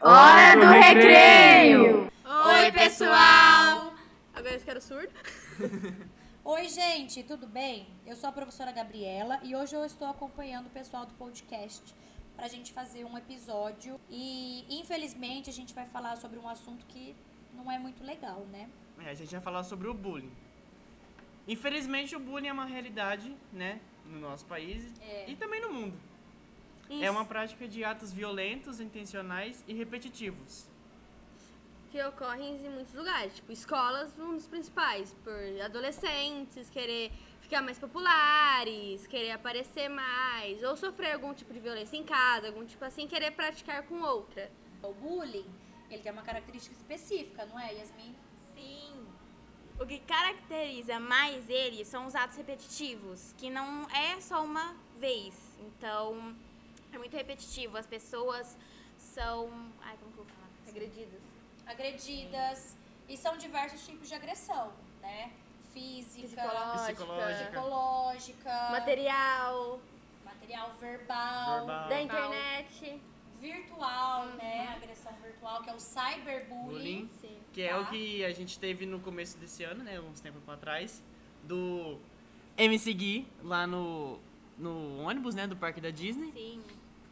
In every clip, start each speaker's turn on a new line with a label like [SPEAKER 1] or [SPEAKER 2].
[SPEAKER 1] Hora do recreio!
[SPEAKER 2] Oi, pessoal!
[SPEAKER 3] Agora eu quero surdo.
[SPEAKER 4] Oi, gente, tudo bem? Eu sou a professora Gabriela e hoje eu estou acompanhando o pessoal do podcast para a gente fazer um episódio. E infelizmente a gente vai falar sobre um assunto que não é muito legal, né?
[SPEAKER 5] É, a gente vai falar sobre o bullying. Infelizmente, o bullying é uma realidade, né? No nosso país e também no mundo. É uma prática de atos violentos, intencionais e repetitivos.
[SPEAKER 3] Que ocorrem em muitos lugares, tipo escolas, um dos principais, por adolescentes querer ficar mais populares, querer aparecer mais, ou sofrer algum tipo de violência em casa, algum tipo assim, querer praticar com outra.
[SPEAKER 4] O bullying, ele tem uma característica específica, não é, Yasmin?
[SPEAKER 2] Sim. O que caracteriza mais ele são os atos repetitivos, que não é só uma vez. Então, é muito repetitivo. As pessoas são. Ai, como que eu vou falar?
[SPEAKER 3] Agredidas.
[SPEAKER 4] Agredidas. E são diversos tipos de agressão, né? Física,
[SPEAKER 3] Psicológica.
[SPEAKER 5] Psicológica.
[SPEAKER 4] psicológica,
[SPEAKER 3] Material,
[SPEAKER 4] material verbal,
[SPEAKER 1] Ah,
[SPEAKER 5] Verbal.
[SPEAKER 3] da internet.
[SPEAKER 4] virtual, né? Agressão virtual, que é o cyberbullying.
[SPEAKER 5] Bullying, que é
[SPEAKER 4] Tá.
[SPEAKER 5] o que a gente teve no começo desse ano, né? Uns tempos pra trás, do MC Gui lá no, no ônibus, né? Do parque da Disney.
[SPEAKER 2] Sim.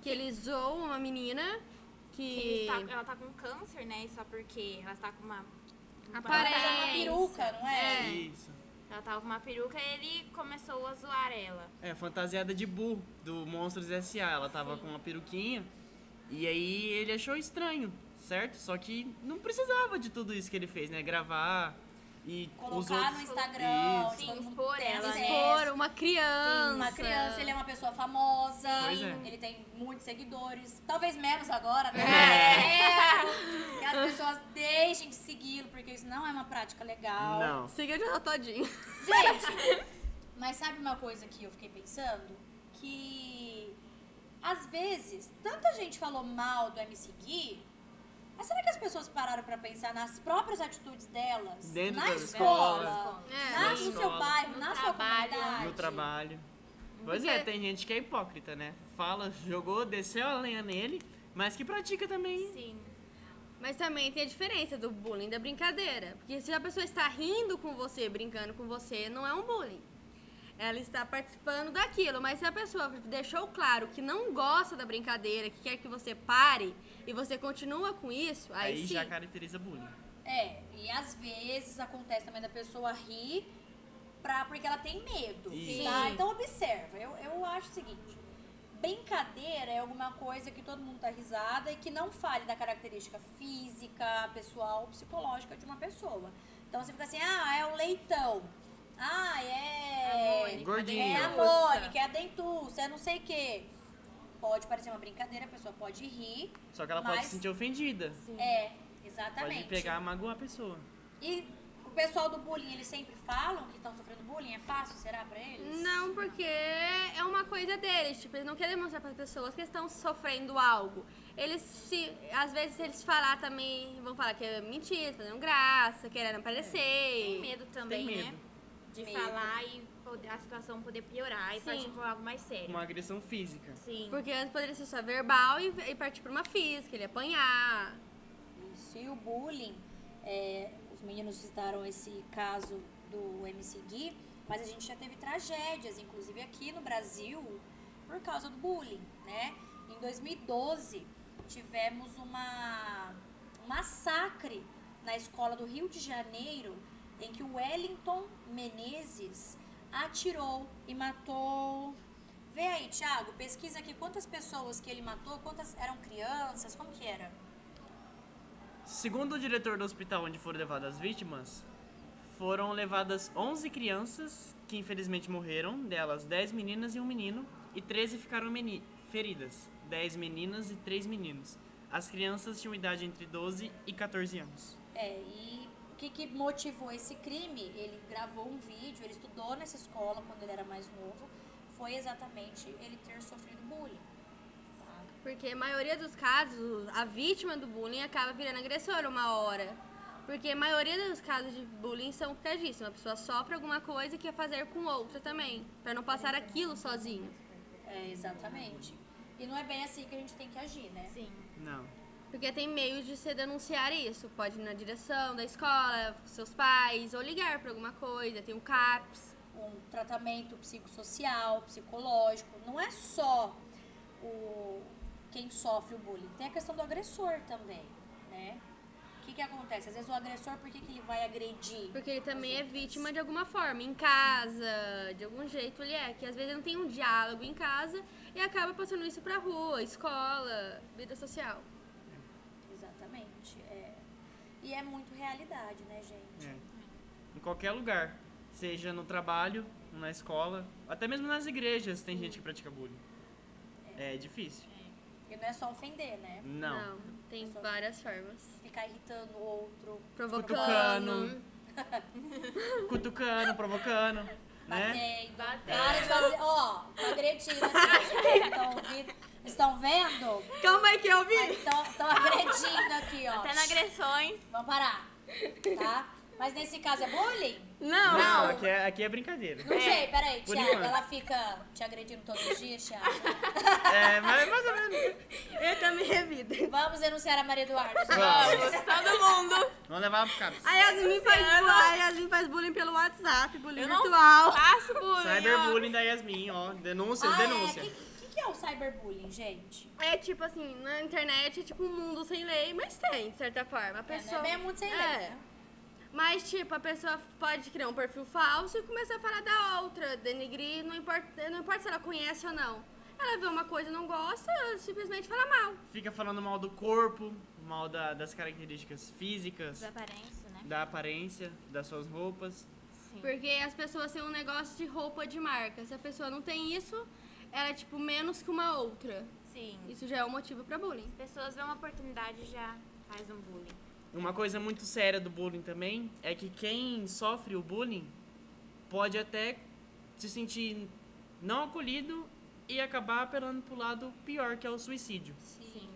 [SPEAKER 3] Que ele zoou uma menina que.
[SPEAKER 2] Que tá- ela tá com câncer, né? E Só porque ela tá com uma.
[SPEAKER 3] Aparece.
[SPEAKER 4] Tá uma peruca, não é?
[SPEAKER 5] Isso.
[SPEAKER 2] Ela tava com uma peruca e ele começou a zoar ela.
[SPEAKER 5] É, fantasiada de Boo, do Monstros S.A. Ela tava com uma peruquinha. E aí ele achou estranho, certo? Só que não precisava de tudo isso que ele fez, né? Gravar e os
[SPEAKER 4] Colocar
[SPEAKER 5] outros...
[SPEAKER 4] no Instagram,
[SPEAKER 5] Isso.
[SPEAKER 2] Sim,
[SPEAKER 4] todo mundo
[SPEAKER 2] expor
[SPEAKER 4] tem
[SPEAKER 2] ela, né?
[SPEAKER 4] acesso.
[SPEAKER 3] Expor uma criança.
[SPEAKER 4] Uma criança, ele é uma pessoa famosa,
[SPEAKER 5] Pois é.
[SPEAKER 4] ele tem muitos seguidores, talvez menos agora, né? É. Que as pessoas deixem de segui-lo, porque isso não é uma prática legal.
[SPEAKER 5] Não.
[SPEAKER 3] Siga de lá todinho.
[SPEAKER 4] Gente, mas sabe uma coisa que eu fiquei pensando? Que às vezes, tanta gente falou mal do MC Gui, mas será que as pessoas pararam pra pensar nas próprias atitudes delas?
[SPEAKER 5] Dentro
[SPEAKER 4] na
[SPEAKER 5] da
[SPEAKER 4] escola,
[SPEAKER 5] escola.
[SPEAKER 3] É.
[SPEAKER 4] na-
[SPEAKER 5] Na
[SPEAKER 4] no seu
[SPEAKER 5] escola.
[SPEAKER 4] bairro,
[SPEAKER 2] No
[SPEAKER 4] na sua
[SPEAKER 2] trabalho.
[SPEAKER 4] comunidade.
[SPEAKER 5] No trabalho. Pois é,
[SPEAKER 3] Porque-
[SPEAKER 5] tem gente que é hipócrita, né? Fala, jogou, desceu a lenha nele, mas que pratica também.
[SPEAKER 2] Sim.
[SPEAKER 3] Mas também tem a diferença do bullying da brincadeira. Porque se a pessoa está rindo com você, brincando com você, não é um bullying. Ela está participando daquilo, mas se a pessoa deixou claro que não gosta da brincadeira, que quer que você pare e você continua com isso, aí,
[SPEAKER 5] Aí
[SPEAKER 3] sim.
[SPEAKER 5] já caracteriza bullying.
[SPEAKER 4] É, e às vezes acontece também da pessoa rir pra, porque ela tem medo.
[SPEAKER 5] Sim.
[SPEAKER 4] Tá? Então observa, eu, eu acho o seguinte. Brincadeira é alguma coisa que todo mundo tá risada e que não fale da característica física, pessoal, psicológica de uma pessoa. Então você fica assim, ah, é o leitão. Ah,
[SPEAKER 3] A
[SPEAKER 4] é.
[SPEAKER 3] Mônica,
[SPEAKER 5] Gordinho.
[SPEAKER 4] É a
[SPEAKER 3] dentuça.
[SPEAKER 4] Mônica, é a dentuça, é não sei o quê. Pode parecer uma brincadeira, a pessoa pode rir.
[SPEAKER 5] Só que ela pode
[SPEAKER 4] Mas-
[SPEAKER 5] se sentir ofendida.
[SPEAKER 4] É,
[SPEAKER 5] Pode
[SPEAKER 4] exatamente.
[SPEAKER 5] pegar, magoar a pessoa.
[SPEAKER 4] E o pessoal do bullying, eles sempre falam que estão sofrendo bullying? É fácil, será, pra eles?
[SPEAKER 3] Não, porque é uma coisa deles, tipo, eles não querem mostrar para as pessoas que estão sofrendo algo. Eles se, às vezes se eles falar também, vão falar que é mentira, fazendo graça, querendo aparecer.
[SPEAKER 2] Tem medo também,
[SPEAKER 5] Tem medo.
[SPEAKER 2] né? De
[SPEAKER 4] Medo.
[SPEAKER 2] falar e poder- a situação poder piorar e
[SPEAKER 3] Sim.
[SPEAKER 2] partir pra tipo, algo mais sério.
[SPEAKER 5] Uma agressão física.
[SPEAKER 2] Sim.
[SPEAKER 3] Porque antes poderia ser só verbal e, e partir pra uma física, ele apanhar.
[SPEAKER 4] Isso. E o bullying, é, os meninos citaram esse caso do MC Gui, mas a gente já teve tragédias, inclusive aqui no Brasil, por causa do bullying, né? Em 2012, tivemos uma, um massacre na escola do Rio de Janeiro, em que o Wellington Menezes atirou e matou... Vê aí, Thiago, pesquisa aqui quantas pessoas que ele matou, quantas eram crianças, como que era?
[SPEAKER 5] Segundo o diretor do hospital onde foram levadas as vítimas, foram levadas 11 crianças, que infelizmente morreram, delas 10 meninas e um menino, e 13 ficaram meni- feridas, 10 meninas e 3 meninos. As crianças tinham idade entre 12 e 14 anos.
[SPEAKER 4] É, e o que, que motivou esse crime? Ele gravou um vídeo, ele estudou nessa escola quando ele era mais novo, foi exatamente ele ter sofrido bullying. tá?
[SPEAKER 3] Porque a maioria dos casos, a vítima do bullying acaba virando agressora uma hora. Porque a maioria dos casos de bullying são por causa disso. Uma pessoa sofre alguma coisa e quer fazer com outra também. Pra não passar
[SPEAKER 2] É
[SPEAKER 3] aquilo sozinho.
[SPEAKER 4] É, exatamente. E não é bem assim que a gente tem que agir, né?
[SPEAKER 2] Sim.
[SPEAKER 5] Não.
[SPEAKER 3] Porque tem meios de se denunciar isso. Pode ir na direção da escola, seus pais, ou ligar pra alguma coisa. Tem o CAPS.
[SPEAKER 4] um tratamento psicossocial, psicológico. Não é só o quem sofre o bullying, tem a questão do agressor também, né? O que, que acontece? Às vezes o agressor, por que, que ele vai agredir?
[SPEAKER 3] Porque ele também
[SPEAKER 4] as
[SPEAKER 3] é
[SPEAKER 4] outras?
[SPEAKER 3] vítima de alguma forma, em casa, de algum jeito ele é. Que às vezes não tem um diálogo em casa e acaba passando isso pra rua, escola, vida social.
[SPEAKER 4] Exatamente. é. E é muito realidade, né, gente?
[SPEAKER 5] É. Em qualquer lugar. Seja no trabalho, na escola, até mesmo nas igrejas tem gente que pratica bullying. É difícil.
[SPEAKER 4] E não é só ofender, né?
[SPEAKER 5] Não.
[SPEAKER 3] tem
[SPEAKER 4] Pessoal-
[SPEAKER 3] várias formas.
[SPEAKER 4] Ficar irritando o outro,
[SPEAKER 5] Cutucando.
[SPEAKER 3] Provocando.
[SPEAKER 5] Cutucando, provocando, né?
[SPEAKER 4] batendo. Para de fazer. Ó, tá agredindo aqui, gente. Estão ouvindo? Estão vendo?
[SPEAKER 3] Calma aí que eu vi!
[SPEAKER 4] Estão agredindo aqui, ó.
[SPEAKER 5] Tá
[SPEAKER 2] Até na agressões.
[SPEAKER 4] Vamos parar, tá? Mas nesse caso é bullying?
[SPEAKER 3] Não!
[SPEAKER 5] Aqui é, aqui é brincadeira.
[SPEAKER 4] Não sei, peraí,
[SPEAKER 5] Por
[SPEAKER 4] Thiago,
[SPEAKER 5] enquanto.
[SPEAKER 4] ela fica te agredindo todos os dias, Thiago.
[SPEAKER 5] É, mas mais ou menos.
[SPEAKER 3] Eu também é vida.
[SPEAKER 4] Vamos denunciar a Maria Eduarda. gente.
[SPEAKER 5] Vamos.
[SPEAKER 2] Todo mundo.
[SPEAKER 5] Vamos levar pro cabeça.
[SPEAKER 3] A Yasmin, faz, bu- a Yasmin faz bullying pelo WhatsApp, bullying
[SPEAKER 2] Eu não
[SPEAKER 3] virtual.
[SPEAKER 2] faço bullying. ó.
[SPEAKER 5] Cyberbullying da Yasmin, ó. Denúncias,
[SPEAKER 4] Ah,
[SPEAKER 5] denúncia.
[SPEAKER 4] é. O que, que, que é o cyberbullying, gente?
[SPEAKER 3] É tipo assim, na internet é tipo um mundo sem lei, mas tem, de certa forma. A pessoa.
[SPEAKER 4] bem um mundo sem lei,
[SPEAKER 3] É.
[SPEAKER 4] né?
[SPEAKER 3] Mas, tipo, a pessoa pode criar um perfil falso e começar a falar da outra, denigrir, não importa, não importa se ela conhece ou não. Ela vê uma coisa e não gosta, ela simplesmente fala mal.
[SPEAKER 5] Fica falando mal do corpo, mal da- das características físicas,
[SPEAKER 2] Da aparência, né?
[SPEAKER 5] da aparência, das suas roupas.
[SPEAKER 3] Porque as pessoas têm um negócio de roupa de marca. Se a pessoa não tem isso, ela é, tipo, menos que uma outra.
[SPEAKER 2] Sim.
[SPEAKER 3] Isso já é um motivo pra bullying.
[SPEAKER 2] As pessoas vêem uma oportunidade e já faz um bullying.
[SPEAKER 5] Uma coisa muito séria do bullying também é que quem sofre o bullying pode até se sentir não acolhido e acabar apelando pro lado pior, que é o suicídio.
[SPEAKER 2] Sim.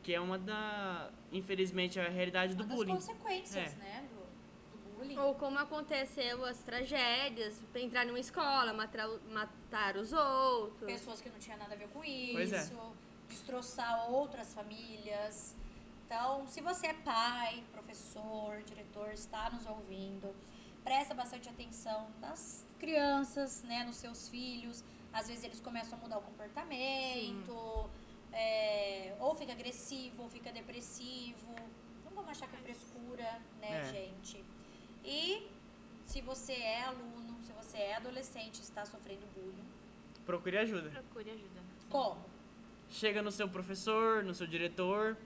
[SPEAKER 5] Que é uma da. Infelizmente, a realidade do
[SPEAKER 4] Uma das
[SPEAKER 5] bullying.
[SPEAKER 4] consequências,
[SPEAKER 5] É.
[SPEAKER 4] né? Do, do bullying.
[SPEAKER 3] Ou como aconteceu as tragédias, pra entrar numa escola, matar, matar os outros.
[SPEAKER 4] Pessoas que não tinham nada a ver com
[SPEAKER 5] Pois é.
[SPEAKER 4] isso. Destroçar outras famílias. Então, se você é pai, professor, diretor, está nos ouvindo, presta bastante atenção nas crianças, né? Nos seus filhos. Às vezes eles começam a mudar o comportamento. é, ou fica agressivo, ou fica depressivo. Não vamos achar que é frescura, né,
[SPEAKER 5] É.
[SPEAKER 4] gente? E se você é aluno, se você é adolescente e está sofrendo bullying,
[SPEAKER 5] Procure ajuda.
[SPEAKER 2] Procure ajuda.
[SPEAKER 4] como?
[SPEAKER 5] chega no seu professor, no seu diretor,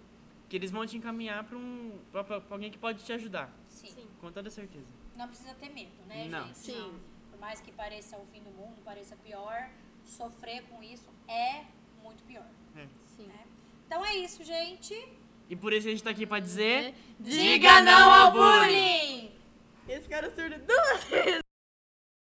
[SPEAKER 5] que eles vão te encaminhar para um pra, pra- pra alguém que pode te ajudar,
[SPEAKER 4] Sim.
[SPEAKER 2] Sim.
[SPEAKER 5] com toda certeza.
[SPEAKER 4] Não precisa ter medo, né,
[SPEAKER 5] Não.
[SPEAKER 4] gente?
[SPEAKER 3] Sim.
[SPEAKER 4] Por mais que pareça o fim do mundo, pareça pior, sofrer com isso é muito pior.
[SPEAKER 5] É.
[SPEAKER 3] Sim.
[SPEAKER 4] Né? Então é isso, gente.
[SPEAKER 5] E por isso a gente tá aqui para dizer,
[SPEAKER 3] Diga
[SPEAKER 5] não ao
[SPEAKER 4] bullying!
[SPEAKER 3] Esse cara surdo duas vezes.